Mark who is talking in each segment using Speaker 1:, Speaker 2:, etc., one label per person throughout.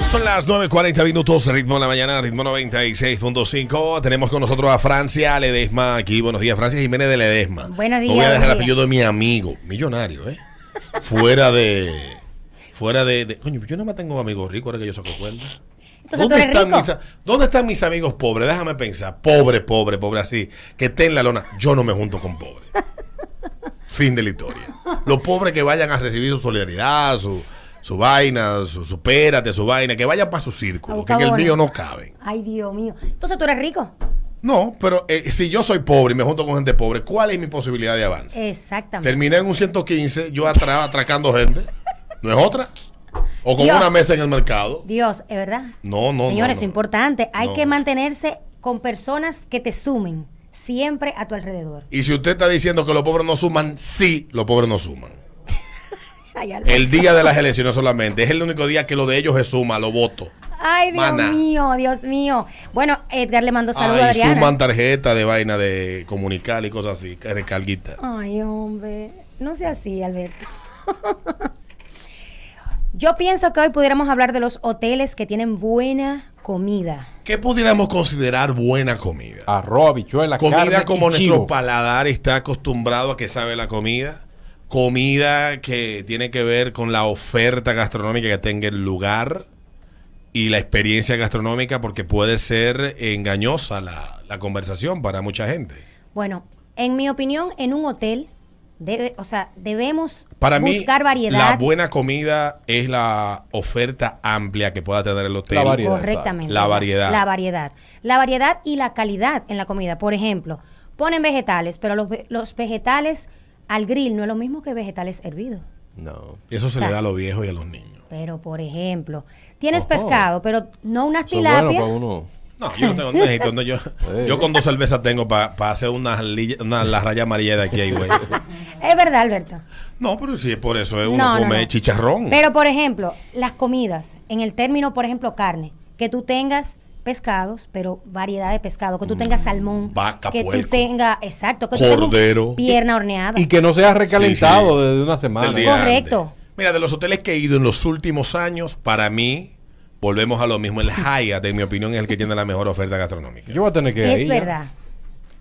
Speaker 1: Son las 9.40 minutos, ritmo de la mañana, ritmo 96.5. Tenemos con nosotros a Francia Ledesma aquí. Buenos días, Francia Jiménez de Ledesma.
Speaker 2: Buenos días.
Speaker 1: No voy a dejar el
Speaker 2: buenos días.
Speaker 1: apellido de mi amigo, millonario, ¿eh? Fuera de. Fuera de. de- Coño, yo no me tengo amigos ricos ahora que yo saco cuenta.
Speaker 2: Entonces tú eres
Speaker 1: están,
Speaker 2: rico.
Speaker 1: mis, a- ¿Dónde están mis amigos pobres? Déjame pensar. Pobre, pobre, pobre, así. Que estén en la lona. Yo no me junto con pobres. Fin de la historia. Los pobres que vayan a recibir su solidaridad, su, su vaina, su supérate, su vaina, que vayan para su círculo, que en el
Speaker 2: Autobones.
Speaker 1: mío no caben.
Speaker 2: Ay, Dios mío. Entonces tú eres rico.
Speaker 1: No, pero eh, si yo soy pobre y me junto con gente pobre, ¿cuál es mi posibilidad de avance?
Speaker 2: Exactamente.
Speaker 1: Terminé en un 115, yo atrás atracando gente. ¿No es otra? O con
Speaker 2: Dios.
Speaker 1: una mesa en el mercado.
Speaker 2: Dios, es verdad.
Speaker 1: No, no, no,
Speaker 2: Señores,
Speaker 1: no.
Speaker 2: eso es importante. Hay
Speaker 1: No.
Speaker 2: que mantenerse con personas que te sumen siempre a tu alrededor.
Speaker 1: Y si usted está diciendo que los pobres no suman, sí, los pobres no suman.
Speaker 2: Ay, Alba.
Speaker 1: El día de las elecciones solamente. Es el único día que lo de ellos se suma, los votos.
Speaker 2: Ay, Dios
Speaker 1: Mana.
Speaker 2: mío, Dios mío. Bueno, Edgar le mandó saludos a
Speaker 1: Ahí
Speaker 2: Adriana.
Speaker 1: suman tarjeta de vaina de comunicar y cosas así, recarguita.
Speaker 2: Ay, hombre. No sea así, Alberto. Yo pienso que hoy pudiéramos hablar de los hoteles que tienen buena comida.
Speaker 1: ¿Qué pudiéramos considerar buena comida?
Speaker 3: Arroz, habichuela, carne
Speaker 1: Comida como
Speaker 3: y
Speaker 1: nuestro
Speaker 3: chivo.
Speaker 1: paladar está acostumbrado a que sabe la comida. Comida que tiene que ver con la oferta gastronómica que tenga el lugar y la experiencia gastronómica, porque puede ser engañosa la, la conversación para mucha gente.
Speaker 2: Bueno, en mi opinión, en un hotel, debe, o sea, debemos
Speaker 1: Para
Speaker 2: buscar
Speaker 1: mí,
Speaker 2: variedad.
Speaker 1: la buena comida es la oferta amplia que pueda tener el hotel.
Speaker 3: La variedad.
Speaker 2: Correctamente.
Speaker 1: La variedad.
Speaker 2: La variedad. La variedad y la calidad en la comida. Por ejemplo, ponen vegetales, pero los, ve- los vegetales al grill no es lo mismo que vegetales hervidos.
Speaker 3: No.
Speaker 1: Eso se
Speaker 2: O sea,
Speaker 1: le da a los viejos y a los niños.
Speaker 2: Pero, por ejemplo, tienes
Speaker 3: Ojo.
Speaker 2: pescado, pero no unas
Speaker 3: Eso es bueno
Speaker 2: tilapias.
Speaker 3: para uno.
Speaker 1: No, yo no tengo no necesito, no, yo, yo con dos cervezas tengo para hacer unas li- una, la raya amarilla de aquí ahí, güey.
Speaker 2: es verdad, Alberto.
Speaker 1: No, pero sí, por eso es uno
Speaker 2: No, no,
Speaker 1: come
Speaker 2: no.
Speaker 1: chicharrón.
Speaker 2: Pero, por ejemplo, las comidas, en el término, por ejemplo, carne, que tú tengas pescados, pero variedad de pescado, que tú tengas salmón,
Speaker 1: Mm, vaca,
Speaker 2: que tú
Speaker 1: puerco.
Speaker 2: tengas, exacto, que tú tengas
Speaker 1: Cordero.
Speaker 2: pierna horneada.
Speaker 3: Y que no sea recalentado
Speaker 1: Sí, sí.
Speaker 3: desde una semana.
Speaker 1: Del día antes.
Speaker 2: Correcto.
Speaker 1: Mira, de los hoteles que he ido en los últimos años, para mí, volvemos a lo mismo. El Hyatt, en mi opinión, es el que tiene la mejor oferta gastronómica.
Speaker 3: Yo voy a tener que ir ¿eh?
Speaker 2: es
Speaker 3: ahí, ya.
Speaker 2: verdad.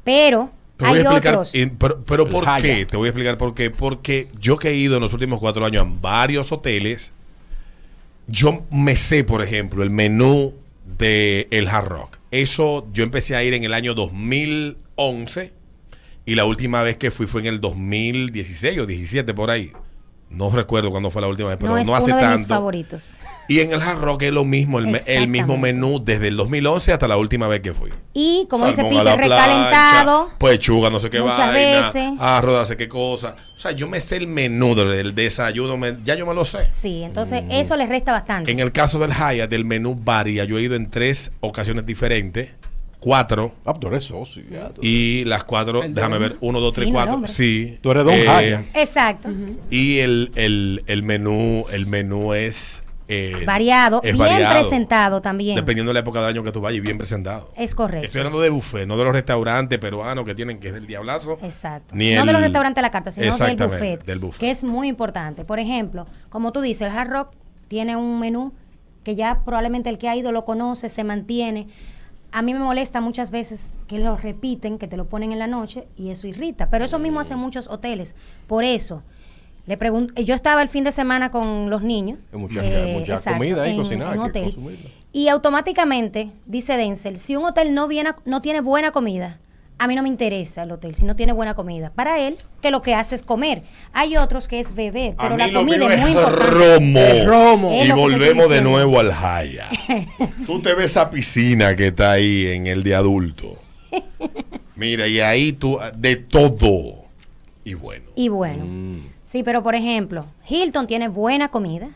Speaker 2: Pero
Speaker 1: Te voy a
Speaker 2: hay
Speaker 1: explicar,
Speaker 2: otros.
Speaker 1: eh, pero, pero
Speaker 3: El
Speaker 1: ¿por
Speaker 3: Hyatt.
Speaker 1: qué? Te voy a explicar por qué. Porque yo que he ido en los últimos cuatro años a varios hoteles, yo me sé, por ejemplo, el menú de el Hard Rock. Eso yo empecé a ir en el año 2011 y la última vez que fui fue en el 2016 o 17 por ahí. No recuerdo cuándo fue la última vez, pero
Speaker 2: no
Speaker 1: no,
Speaker 2: es
Speaker 1: hace
Speaker 2: uno de mis
Speaker 1: tanto.
Speaker 2: favoritos.
Speaker 1: Y en el Hard Rock es lo mismo, el, me- el mismo
Speaker 2: Exactamente.
Speaker 1: menú desde el 2011 hasta la última vez que fui.
Speaker 2: Y como dice
Speaker 1: Salmón a
Speaker 2: Peter,
Speaker 1: la plancha,
Speaker 2: recalentado.
Speaker 1: Pechuga, no sé qué
Speaker 2: Muchas
Speaker 1: vaina.
Speaker 2: veces.
Speaker 1: Arroz, no sé qué cosa. O sea, yo me sé el menú del, del desayuno, me- ya yo me lo sé.
Speaker 2: Sí, entonces eso les resta bastante.
Speaker 1: Mm. En el caso del Hyatt, el menú varía. Yo he ido en tres ocasiones diferentes, cuatro.
Speaker 3: Ah, pero tú eres socio. ya, tú.
Speaker 1: Y las cuatro, déjame ver, uno, dos, tres,
Speaker 2: Fino el
Speaker 1: cuatro.
Speaker 2: hombre.
Speaker 1: Sí. Eh,
Speaker 3: Tú eres Don Hyatt.
Speaker 2: Exacto.
Speaker 1: Y el, el, el menú, el menú es eh,
Speaker 2: Variado,
Speaker 1: es
Speaker 2: bien
Speaker 1: variado,
Speaker 2: presentado también.
Speaker 1: Dependiendo de la época del año que tú vayas, y bien presentado.
Speaker 2: Es correcto.
Speaker 1: Estoy hablando de buffet, no de los restaurantes peruanos que tienen que es del diablazo.
Speaker 2: Exacto.
Speaker 1: Ni
Speaker 2: no
Speaker 1: el-
Speaker 2: de los restaurantes a la carta, sino del
Speaker 1: Exactamente,
Speaker 2: buffet,
Speaker 1: del buffet.
Speaker 2: Que es muy importante. Por ejemplo, como tú dices, el Hard Rock tiene un menú que ya probablemente el que ha ido lo conoce, se mantiene. A mí me molesta muchas veces que lo repiten, que te lo ponen en la noche y eso irrita. Pero eso mismo hacen muchos hoteles. Por eso, Le pregun- eh, yo estaba el fin de semana con los niños. Eh,
Speaker 3: Hay mucha- mucha comida ahí cocinada que consumirla.
Speaker 2: Y automáticamente, dice Denzel, si un hotel no, viene, a- no tiene buena comida, a mí no me interesa el hotel, si no tiene buena comida. Para él, que lo que hace es comer. Hay otros que es beber,
Speaker 1: A
Speaker 2: pero
Speaker 1: mí
Speaker 2: la
Speaker 1: lo mío
Speaker 2: comida es muy
Speaker 1: es
Speaker 2: importante.
Speaker 1: romo.
Speaker 3: Es romo.
Speaker 2: Es
Speaker 1: Y
Speaker 2: lo que te
Speaker 1: volvemos
Speaker 2: estoy
Speaker 1: de
Speaker 2: diciendo.
Speaker 1: nuevo al Jaya. Tú te ves esa piscina que está ahí en el de adulto. Mira, y ahí tú, de todo. Y bueno.
Speaker 2: Y bueno,
Speaker 1: Mm.
Speaker 2: sí, pero por ejemplo, Hilton tiene buena comida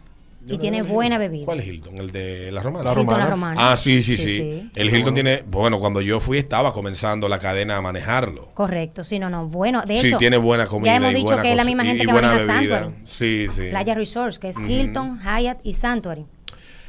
Speaker 2: y tiene buena bebida.
Speaker 1: ¿Cuál es Hilton? ¿El de la Romana?
Speaker 3: La Hilton, la
Speaker 2: Romana.
Speaker 1: Ah, sí, sí, sí.
Speaker 2: Sí, sí.
Speaker 1: El Hilton tiene, bueno, cuando yo fui estaba comenzando la cadena a manejarlo.
Speaker 2: Correcto, sí, no, no, bueno, de
Speaker 1: sí,
Speaker 2: hecho,
Speaker 1: tiene buena comida.
Speaker 2: ya hemos
Speaker 1: y
Speaker 2: dicho
Speaker 1: buena
Speaker 2: que es la
Speaker 1: cosa-
Speaker 2: misma
Speaker 1: y-
Speaker 2: gente
Speaker 1: y
Speaker 2: que
Speaker 1: buena
Speaker 2: maneja
Speaker 1: bebida.
Speaker 2: Santuario.
Speaker 1: Sí, sí.
Speaker 2: Playa Resorts, que es Hilton, Hyatt y Santuary. O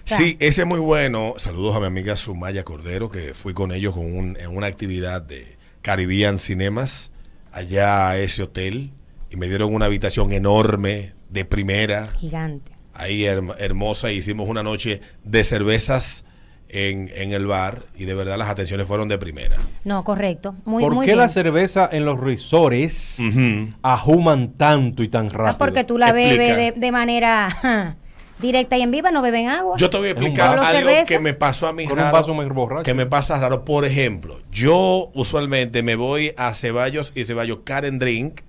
Speaker 2: sea,
Speaker 1: sí, ese es muy bueno. Saludos a mi amiga Sumaya Cordero, que fui con ellos con un- en una actividad de Caribbean Cinemas, allá a ese hotel, y me dieron una habitación enorme, de primera,
Speaker 2: Gigante.
Speaker 1: ahí herm- hermosa, e hicimos una noche de cervezas en, en el bar, y de verdad las atenciones fueron de primera.
Speaker 2: No, correcto. Muy,
Speaker 3: ¿Por
Speaker 2: muy
Speaker 3: qué
Speaker 2: bien.
Speaker 3: la cerveza en los resorts
Speaker 1: Ujú.
Speaker 3: ajuman tanto y tan rápido?
Speaker 2: Ah, porque tú la
Speaker 1: Explica.
Speaker 2: bebes de, de manera ajá, directa y en viva, no beben agua.
Speaker 1: Yo te voy a
Speaker 3: Es un
Speaker 1: explicar
Speaker 2: vaso.
Speaker 1: algo
Speaker 2: Solo cerveza.
Speaker 1: que me pasó a mí
Speaker 3: Con un
Speaker 1: raro,
Speaker 3: vaso me borracho.
Speaker 1: que me pasa raro. Por ejemplo, yo usualmente me voy a Ceballos y Ceballos Karen Drink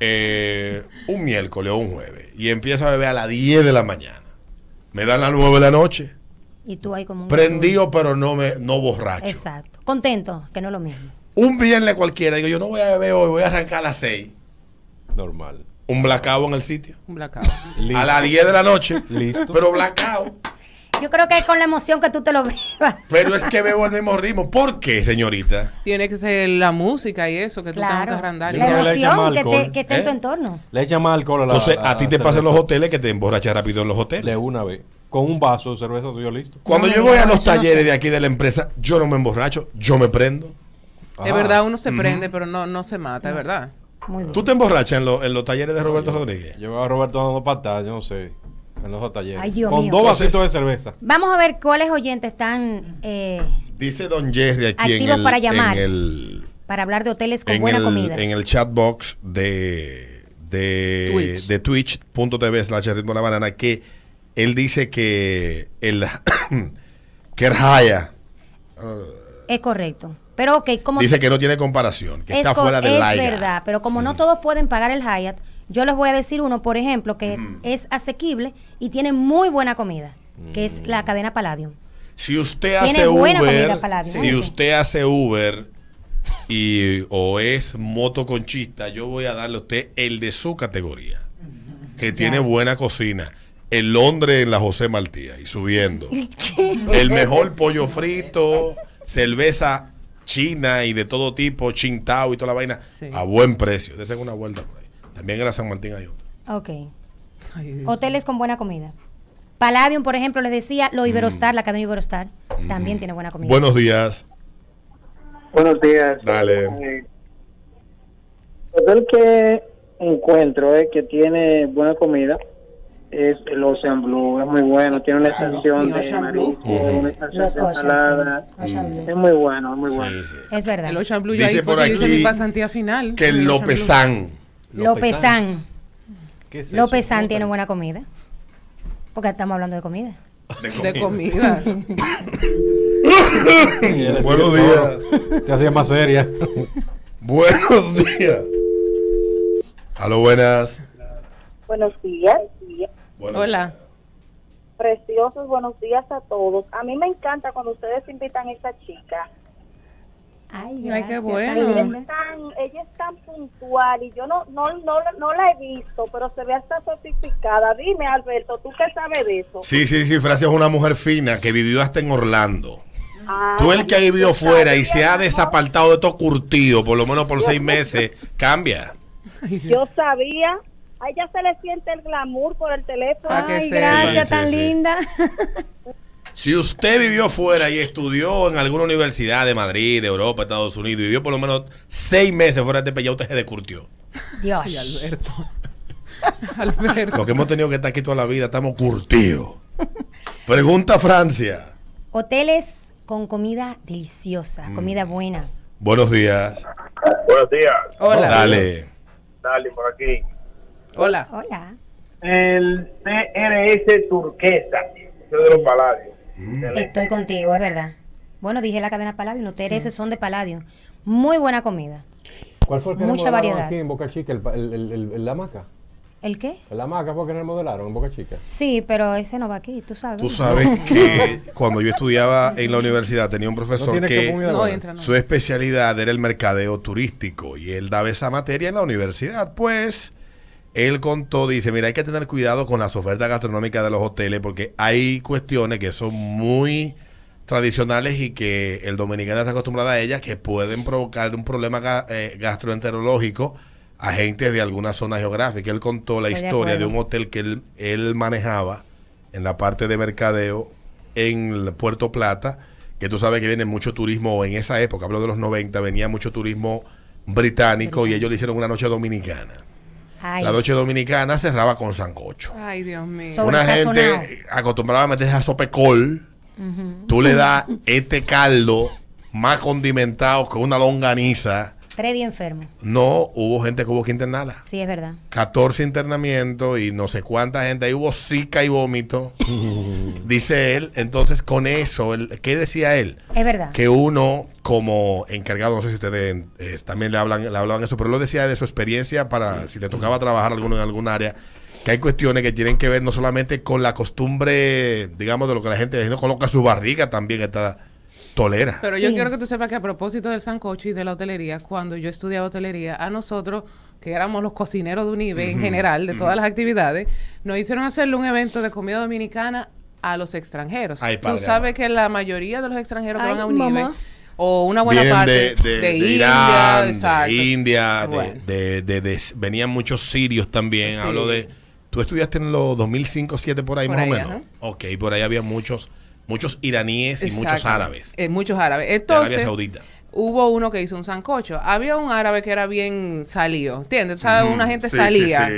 Speaker 1: eh, un miércoles o un jueves y empiezo a beber a las 10 de la mañana. Me dan las 9 de la noche.
Speaker 2: Y tú ahí como un...
Speaker 1: Prendido, pero no me no borracho.
Speaker 2: Mm. Exacto. Contento, que no es lo mismo.
Speaker 1: Un viernes cualquiera, digo, yo no voy a beber hoy, voy a arrancar a las 6.
Speaker 3: Normal.
Speaker 1: Un blackout en el sitio.
Speaker 4: Un blackout.
Speaker 3: Listo.
Speaker 1: A las 10 de la noche.
Speaker 3: Listo.
Speaker 1: Pero blackout.
Speaker 2: Yo creo que es con la emoción que tú te lo bebas.
Speaker 1: Pero es que bebo al mismo ritmo. ¿Por qué, señorita?
Speaker 4: Tiene que ser la música y eso, que tú estás
Speaker 2: Claro.
Speaker 4: un carrandal.
Speaker 3: Yo creo
Speaker 2: La
Speaker 3: que le llama
Speaker 2: emoción que, te-
Speaker 3: alcohol.
Speaker 2: que está en tu
Speaker 1: ¿Eh?
Speaker 2: entorno.
Speaker 3: Le echa más alcohol a la
Speaker 1: Entonces,
Speaker 3: la-
Speaker 1: a ti
Speaker 3: la
Speaker 1: te pasa en los
Speaker 3: cerveza.
Speaker 1: hoteles que te emborrachas rápido en los
Speaker 3: De
Speaker 1: hoteles.
Speaker 3: una vez. Con un vaso de cerveza tuyo listo.
Speaker 1: Cuando
Speaker 2: No,
Speaker 1: yo
Speaker 2: no,
Speaker 1: voy
Speaker 2: no,
Speaker 1: a los
Speaker 2: eso no
Speaker 1: talleres
Speaker 2: sé.
Speaker 1: de aquí de la empresa, yo no me emborracho, yo me prendo.
Speaker 3: Ah.
Speaker 4: Es verdad, uno se prende, pero no, no se mata, es verdad.
Speaker 2: Muy bien.
Speaker 1: ¿Tú te emborrachas en, lo- en los talleres de Roberto Rodríguez?
Speaker 3: Yo veo a Roberto dando patadas, yo no sé. En los talleres.
Speaker 2: Ay, Dios
Speaker 3: Con
Speaker 2: mío.
Speaker 3: dos
Speaker 1: Entonces-
Speaker 3: vasitos de cerveza.
Speaker 2: Vamos a ver cuáles oyentes están eh,
Speaker 1: Dice Don Jerry aquí en
Speaker 2: Activos
Speaker 1: el,
Speaker 2: para llamar.
Speaker 1: en el,
Speaker 2: para hablar de hoteles con
Speaker 1: en
Speaker 2: buena
Speaker 1: el-
Speaker 2: comida.
Speaker 1: en el chat box de, de
Speaker 4: Twitch.
Speaker 1: de twitch.tv slash el ritmo de la banana que él dice que el que el Jaya
Speaker 2: Es correcto. Pero ok, como
Speaker 1: dice que no tiene comparación, que
Speaker 2: es,
Speaker 1: está
Speaker 2: co-
Speaker 1: fuera del
Speaker 2: es
Speaker 1: aire. Mm.
Speaker 2: verdad, pero como no todos pueden pagar el Hyatt, yo les voy a decir uno, por ejemplo, que
Speaker 1: Mm.
Speaker 2: es asequible y tiene muy buena comida, que es
Speaker 1: Mm.
Speaker 2: la cadena Palladium.
Speaker 1: Si usted
Speaker 2: Tiene
Speaker 1: hace
Speaker 2: buena
Speaker 1: Uber,
Speaker 2: comida, Palladio.
Speaker 1: si
Speaker 2: Muy bien.
Speaker 1: usted hace Uber y o es motoconchista, yo voy a darle a usted el de su categoría, que tiene buena cocina. El Londres en la José Martía y subiendo. El mejor pollo frito, cerveza china y de todo tipo, chintao y toda la vaina,
Speaker 4: Sí.
Speaker 1: a buen precio. Dese una vuelta por ahí. También en la San Martín hay otro.
Speaker 2: Ok.
Speaker 4: Ay, Dios.
Speaker 2: Hoteles con buena comida. Palladium, por ejemplo, les decía,
Speaker 1: Mm.
Speaker 2: lo Iberostar, la cadena Iberostar, también tiene buena comida.
Speaker 1: Buenos días.
Speaker 5: Buenos días.
Speaker 1: Dale.
Speaker 5: Eh, Hotel que encuentro eh, que tiene buena comida es el Ocean Blue. Es muy bueno. Tiene una estación
Speaker 4: el
Speaker 5: de
Speaker 4: Ocean Blue.
Speaker 5: marisco, una estación
Speaker 2: Los
Speaker 5: de
Speaker 2: Ocean,
Speaker 5: ensalada.
Speaker 2: sí. Ocean Blue.
Speaker 5: Es muy bueno, es muy bueno.
Speaker 1: Sí, sí.
Speaker 2: Es verdad.
Speaker 4: El Ocean Blue
Speaker 1: Dice
Speaker 4: ya ahí fue
Speaker 1: por
Speaker 4: que yo hice
Speaker 1: aquí
Speaker 4: mi pasantía final.
Speaker 1: Que
Speaker 4: en
Speaker 1: el
Speaker 4: el Ocean Blue.
Speaker 1: Lopezán.
Speaker 2: Lópezán.
Speaker 3: ¿Qué es eso?
Speaker 2: Lópezán tiene buena comida. Porque estamos hablando de comida.
Speaker 4: De comida.
Speaker 1: Buenos días.
Speaker 3: Te hacía más seria.
Speaker 1: Buenos días. Aló, buenas.
Speaker 6: Buenos días.
Speaker 1: Buenos
Speaker 4: Hola.
Speaker 6: Preciosos, buenos días a todos. A mí me encanta cuando ustedes invitan a esa chica.
Speaker 2: Ay,
Speaker 4: Ay, qué
Speaker 2: gracias,
Speaker 4: bueno.
Speaker 2: tan
Speaker 6: Ella
Speaker 2: linda.
Speaker 6: es tan, ella es tan puntual y yo no, no, no, no la he visto, pero se ve hasta sofisticada. Dime, Alberto, ¿tú qué sabes de eso?
Speaker 1: Sí, sí, sí. Francia es una mujer fina que vivió hasta en Orlando.
Speaker 6: Ah,
Speaker 1: Tú el que vivió
Speaker 6: yo
Speaker 1: fuera y
Speaker 6: sabía,
Speaker 1: se ha
Speaker 6: mi amor.
Speaker 1: desapartado de estos curtidos, por lo menos por seis meses, cambia.
Speaker 6: Yo sabía. A ella se le siente el glamour por el teléfono.
Speaker 4: Ah, que
Speaker 2: Ay,
Speaker 4: sí.
Speaker 2: gracias,
Speaker 1: Sí,
Speaker 2: tan
Speaker 1: sí, sí.
Speaker 2: linda.
Speaker 1: Si usted vivió fuera y estudió en alguna universidad de Madrid, de Europa, Estados Unidos, y vivió por lo menos seis meses fuera de este país, ya usted se descurtió.
Speaker 4: Ay,
Speaker 2: Dios.
Speaker 4: Alberto. Alberto.
Speaker 1: Lo que hemos tenido que estar aquí toda la vida, estamos curtidos. Pregunta Francia.
Speaker 2: Hoteles con comida deliciosa, comida
Speaker 1: Mm.
Speaker 2: buena.
Speaker 1: Buenos días.
Speaker 7: Buenos días,
Speaker 4: Hola.
Speaker 1: Dale.
Speaker 7: Stalin por aquí.
Speaker 4: Hola.
Speaker 2: Hola.
Speaker 7: El CRS turquesa. Soy de los Palladios. Excelente.
Speaker 2: Estoy contigo, es verdad. Bueno, dije la cadena Palladium, los TRS son de Palladium. Muy buena comida.
Speaker 3: ¿Cuál fue el que
Speaker 2: Mucha
Speaker 3: remodelaron
Speaker 2: variedad.
Speaker 3: aquí en Boca Chica? El, pa- el, el, el- el- la maca.
Speaker 2: ¿El qué?
Speaker 3: La maca fue que remodelaron en Boca Chica.
Speaker 2: Sí, pero ese no va aquí, tú sabes.
Speaker 1: Tú sabes que cuando yo estudiaba en la universidad tenía un
Speaker 3: No
Speaker 1: profesor
Speaker 3: tiene que
Speaker 1: que
Speaker 3: poner
Speaker 4: No
Speaker 3: ahora.
Speaker 4: entra, no.
Speaker 1: su especialidad era el mercadeo turístico y él daba esa materia en la universidad. Pues él contó, dice, mira, hay que tener cuidado con las ofertas gastronómicas de los hoteles porque hay cuestiones que son muy tradicionales y que el dominicano está acostumbrado a ellas que pueden provocar un problema ga- eh, gastroenterológico a gente de alguna zona geográfica. Él contó la
Speaker 2: Estoy de
Speaker 1: historia de
Speaker 2: acuerdo.
Speaker 1: un hotel que él, él manejaba en la parte de mercadeo en el Puerto Plata, que tú sabes que viene mucho turismo en esa época, hablo de los 90, venía mucho turismo británico y ellos le hicieron una noche dominicana.
Speaker 2: Ay,
Speaker 1: La noche dominicana cerraba con sancocho.
Speaker 4: Ay, Dios mío.
Speaker 2: So-
Speaker 1: Una
Speaker 2: Sobresazonado.
Speaker 1: gente acostumbrada a meterse a sopecol. Tú le das este caldo más condimentado que una longaniza.
Speaker 2: tres días enfermo.
Speaker 1: No, hubo gente que hubo que internarla.
Speaker 2: Sí, es verdad.
Speaker 1: 14 internamientos y no sé cuánta gente. Ahí hubo zika y vómito, dice él. Entonces, con eso, él- ¿qué decía él?
Speaker 2: Es verdad.
Speaker 1: que uno como encargado, no sé si ustedes eh, también le hablan, le hablaban eso, pero lo decía de su experiencia para si le tocaba trabajar alguno en algún área, que hay cuestiones que tienen que ver no solamente con la costumbre, digamos, de lo que la gente no coloca su barriga también está tolera.
Speaker 4: Pero yo
Speaker 2: Sí.
Speaker 4: quiero que tú sepas que a propósito del sancocho y de la hotelería, cuando yo estudiaba hotelería, a nosotros, que éramos los cocineros de UNIBE en general, de todas las actividades, nos hicieron hacerle un evento de comida dominicana a los extranjeros.
Speaker 1: Ay,
Speaker 4: tú
Speaker 1: padre
Speaker 4: sabes
Speaker 1: amado.
Speaker 4: que la mayoría de los extranjeros que
Speaker 8: Ay,
Speaker 4: van a UNIBE
Speaker 8: mamá.
Speaker 4: o una buena
Speaker 1: Vienen
Speaker 4: parte
Speaker 1: de, de- de Irán, de India, de,
Speaker 4: Bueno.
Speaker 1: de- de- de- venían muchos sirios también.
Speaker 4: Sí.
Speaker 1: Hablo de. Tú estudiaste en los 2005, 2007 por ahí,
Speaker 4: Por
Speaker 1: más
Speaker 4: ahí,
Speaker 1: o menos.
Speaker 4: ajá.
Speaker 1: Ok, por ahí había muchos, muchos iraníes y muchos
Speaker 4: Exacto.
Speaker 1: árabes.
Speaker 4: Eh, muchos árabes.
Speaker 1: de Arabia
Speaker 4: Entonces,
Speaker 1: Saudita.
Speaker 4: hubo uno que hizo un sancocho. Había un árabe que era bien salido, ¿entiendes? ¿Sabes? Una gente salía.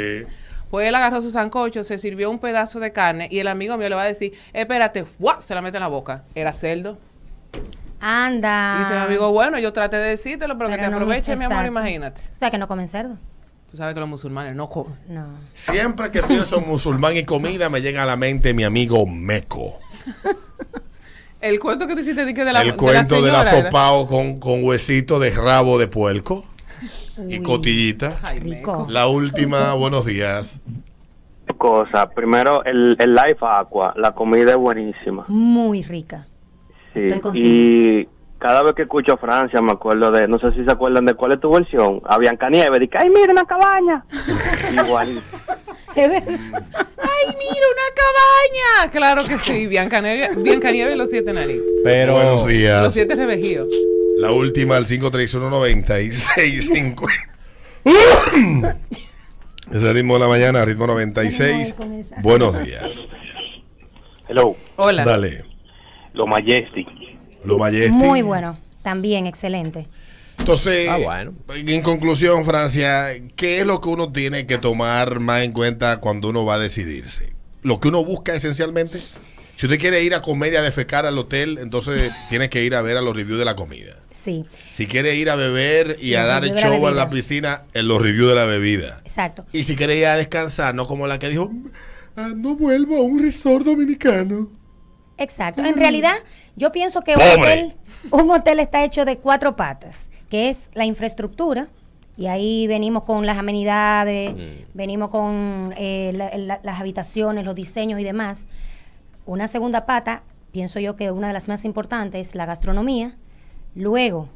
Speaker 4: Pues él agarró su sancocho, se sirvió un pedazo de carne y el amigo mío le va a decir, espérate, ¡fua! se la mete en la boca. Era cerdo.
Speaker 2: Anda.
Speaker 4: Y dice mi amigo, bueno, yo traté de decírtelo, pero, que
Speaker 2: Ah. Pero
Speaker 4: te
Speaker 2: no me-
Speaker 4: aproveches, mi amor,
Speaker 2: exacto.
Speaker 4: imagínate.
Speaker 2: O sea, que no comen cerdo.
Speaker 4: Tú sabes que los musulmanes no comen.
Speaker 2: No.
Speaker 1: Siempre que pienso en musulmán y comida, me llega a la mente mi amigo Meco.
Speaker 4: El cuento que tú hiciste di que de la
Speaker 1: el cuento de la,
Speaker 4: señora era-
Speaker 1: sopao con, con huesito de rabo de puerco y
Speaker 2: Uy,
Speaker 1: cotillita.
Speaker 4: Ay,
Speaker 2: Rico.
Speaker 1: La última, buenos días.
Speaker 7: Cosa. Primero, el, el Life Aqua. La comida es buenísima.
Speaker 2: Muy rica.
Speaker 7: Sí.
Speaker 2: Estoy contigo.
Speaker 7: Y cada vez que escucho a Francia, me acuerdo de. No sé si se acuerdan de cuál es tu versión. A Biancanieves. Dice, ¡ay, mira una cabaña! Igual.
Speaker 2: Es verdad.
Speaker 4: ¡Ay, mira, una cabaña! Claro que sí, Bianca Nieves Bianca Nieves y los siete narices.
Speaker 3: Pero.
Speaker 1: buenos
Speaker 4: Los
Speaker 1: días.
Speaker 4: siete revejíos.
Speaker 1: La última, el 5319650. Es el ritmo de la mañana, ritmo 96. Buenos días.
Speaker 7: Hello.
Speaker 4: Hola.
Speaker 1: Dale.
Speaker 7: Lo Majestic.
Speaker 1: Lo Majestic.
Speaker 2: Muy bueno. También, excelente.
Speaker 1: Entonces,
Speaker 3: Ah, bueno.
Speaker 1: en conclusión, Francia, ¿qué es lo que uno tiene que tomar más en cuenta cuando uno va a decidirse? Lo que uno busca esencialmente. Si usted quiere ir a comer y a defecar al hotel, entonces tiene que ir a ver a los reviews de la comida.
Speaker 2: Sí,
Speaker 1: Si quiere ir a beber y a
Speaker 2: Los
Speaker 1: dar
Speaker 2: reviews
Speaker 1: el
Speaker 2: de la
Speaker 1: show en
Speaker 2: bebida.
Speaker 1: la piscina, en los reviews de la bebida.
Speaker 2: exacto.
Speaker 1: Y si quiere ir a descansar, no como la que dijo, "Ah, no vuelvo a un resort dominicano.
Speaker 2: Exacto. En realidad, yo pienso que un
Speaker 1: Pobre.
Speaker 2: hotel, un hotel está hecho de cuatro patas, que es la infraestructura, y ahí venimos con las amenidades,
Speaker 1: Mm.
Speaker 2: venimos con eh, la- la- las habitaciones, los diseños y demás. Una segunda pata, pienso yo que una de las más importantes es la gastronomía. Luego,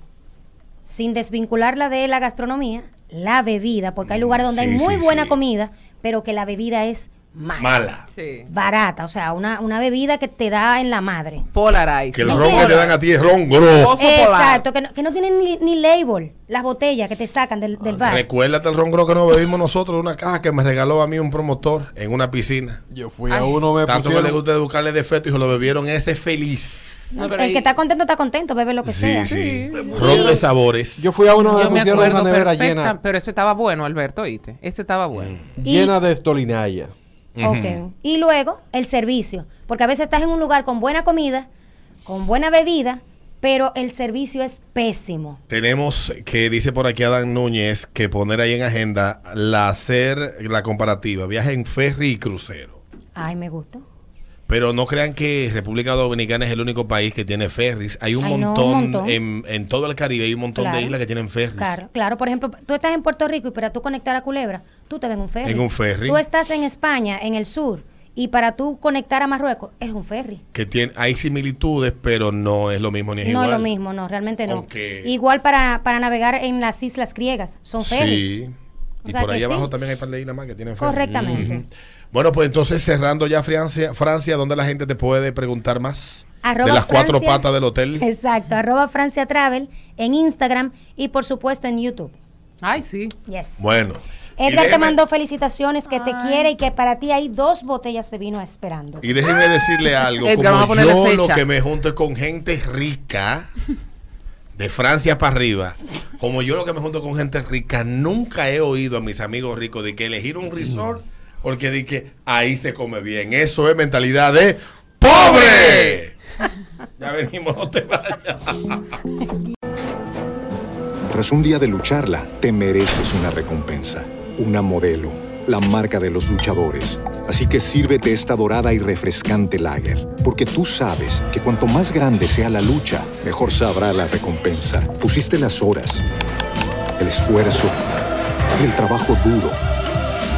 Speaker 2: sin desvincularla de la gastronomía, la bebida, porque hay lugares donde
Speaker 1: Mm. sí,
Speaker 2: hay muy
Speaker 1: sí,
Speaker 2: buena
Speaker 1: sí.
Speaker 2: comida, pero que la bebida es mala.
Speaker 1: Mala.
Speaker 4: Sí.
Speaker 2: Barata, o sea, una, una bebida que te da en la madre.
Speaker 4: Polarize.
Speaker 1: Que el
Speaker 2: No,
Speaker 1: ron que
Speaker 2: pero-
Speaker 1: te dan a ti es ron grosso.
Speaker 4: Oso polar.
Speaker 2: Exacto, que no, que no tienen ni, ni label las botellas que te sacan del,
Speaker 1: Ah,
Speaker 2: del bar.
Speaker 1: Recuérdate el ron grosso que nos bebimos nosotros de una caja que me regaló a mí un promotor en una piscina.
Speaker 3: Yo fui
Speaker 4: Ay.
Speaker 3: a uno, me
Speaker 1: Tanto que le
Speaker 3: pusieron.
Speaker 1: gusta educarle defecto y se lo bebieron ese feliz.
Speaker 4: No, pero
Speaker 2: el
Speaker 4: y-
Speaker 2: que está contento está contento, bebe lo que sea.
Speaker 1: Ron de sabores.
Speaker 3: Yo fui a uno, me
Speaker 4: Yo me
Speaker 3: pusieron una
Speaker 4: acuerdo
Speaker 3: nevera
Speaker 4: perfecta,
Speaker 3: llena,
Speaker 4: pero ese estaba bueno, Alberto, ¿oíste? Ese estaba bueno.
Speaker 1: Mm.
Speaker 3: llena de estolinaya.
Speaker 2: Ok. Y luego el servicio, porque a veces estás en un lugar con buena comida, con buena bebida, pero el servicio es pésimo.
Speaker 1: Tenemos que dice por aquí Adán Núñez que poner ahí en agenda la hacer la comparativa, viaje en ferry y crucero.
Speaker 2: Ay, me gusta.
Speaker 1: Pues, Pero no crean que República Dominicana es el único país que tiene ferries. Hay un
Speaker 2: Ay, no, un
Speaker 1: montón,
Speaker 2: montón.
Speaker 1: En, en todo el Caribe, hay un montón
Speaker 2: Claro.
Speaker 1: de islas que tienen ferries.
Speaker 2: Claro, claro. Por ejemplo, tú estás en Puerto Rico y para tú conectar a Culebra, tú te ven un ferry.
Speaker 1: En un ferry.
Speaker 2: Tú estás en España, en el sur, y para tú conectar a Marruecos, es un ferry.
Speaker 1: Que tiene, hay similitudes, pero no es lo mismo ni es
Speaker 2: no
Speaker 1: igual.
Speaker 2: es lo mismo, no, realmente no.
Speaker 1: Aunque-
Speaker 2: Igual para, para navegar en las islas griegas, son ferries.
Speaker 1: Sí.
Speaker 2: O
Speaker 1: Y
Speaker 2: sea
Speaker 1: por
Speaker 2: que
Speaker 1: ahí abajo
Speaker 2: sí.
Speaker 1: también hay un par de islas más que tienen ferries.
Speaker 2: Correctamente.
Speaker 1: Ujú. Bueno, pues entonces cerrando ya Francia, Francia, ¿dónde la gente te puede preguntar más?
Speaker 2: Arroba
Speaker 1: de las cuatro
Speaker 2: Francia-
Speaker 1: patas del hotel.
Speaker 2: Exacto, arroba Francia Travel en Instagram y por supuesto en YouTube.
Speaker 4: Ay, sí.
Speaker 2: Yes.
Speaker 1: Bueno. Y
Speaker 2: Edgar te
Speaker 1: déjeme-
Speaker 2: mandó felicitaciones, que te quiere y que para ti hay dos botellas de vino esperando.
Speaker 1: Y déjenme decirle algo,
Speaker 4: Edgar, vamos a
Speaker 1: como
Speaker 4: ponerle
Speaker 1: yo
Speaker 4: fecha.
Speaker 1: lo que me junto es con gente rica, de Francia para arriba, como yo lo que me junto con gente rica, nunca he oído a mis amigos ricos de que elegir un resort porque de que ahí se come bien. Eso es mentalidad de pobre. ya venimos, no te vayas.
Speaker 9: Tras un día de lucharla, te mereces una recompensa, una modelo, la marca de los luchadores. Así que sírvete esta dorada y refrescante lager, porque tú sabes que cuanto más grande sea la lucha, mejor sabrá la recompensa. Pusiste las horas, el esfuerzo, el trabajo duro.